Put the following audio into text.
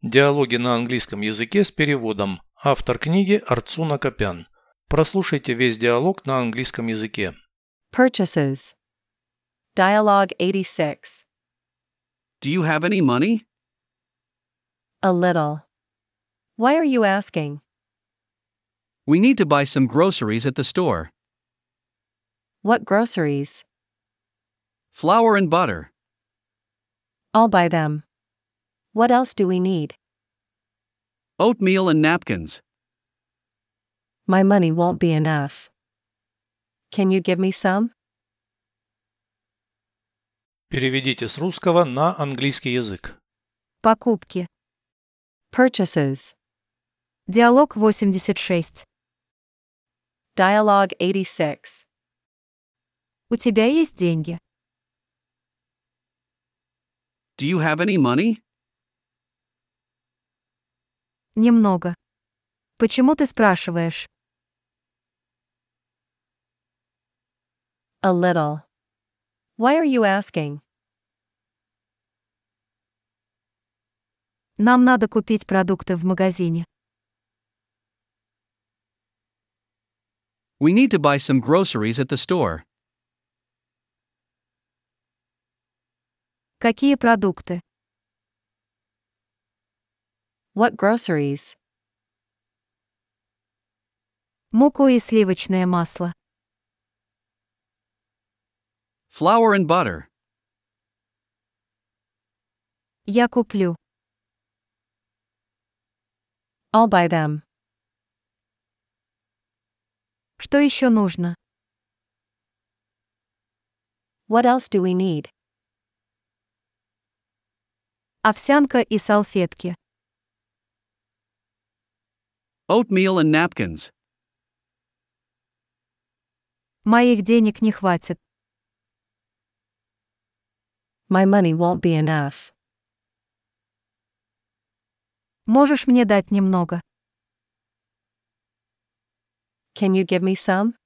Диалоги на английском языке с переводом. Автор книги Арцуна Копян. Прослушайте весь диалог на английском языке. Purchases. Dialogue 86. Do you have any money? A little. Why are you asking? We need to buy some groceries at the store. What groceries? Flour and butter. I'll buy them. What else do we need? Oatmeal and napkins. My money won't be enough. Can you give me some? Переведите с русского на английский язык. Покупки. Purchases. Диалог 86. Dialogue 86. У тебя есть деньги? Do you have any money? Немного. Почему ты спрашиваешь? A little. Why are you asking? Нам надо купить продукты в магазине. We need to buy some groceries at the store. Какие продукты? What groceries? Муку и сливочное масло. Flour and butter. Я куплю. I'll buy them. Что еще нужно? What else do we need? Овсянка и салфетки. Oatmeal and napkins. Моих денег не хватит. My money won't be enough. Можешь мне дать немного? Can you give me some?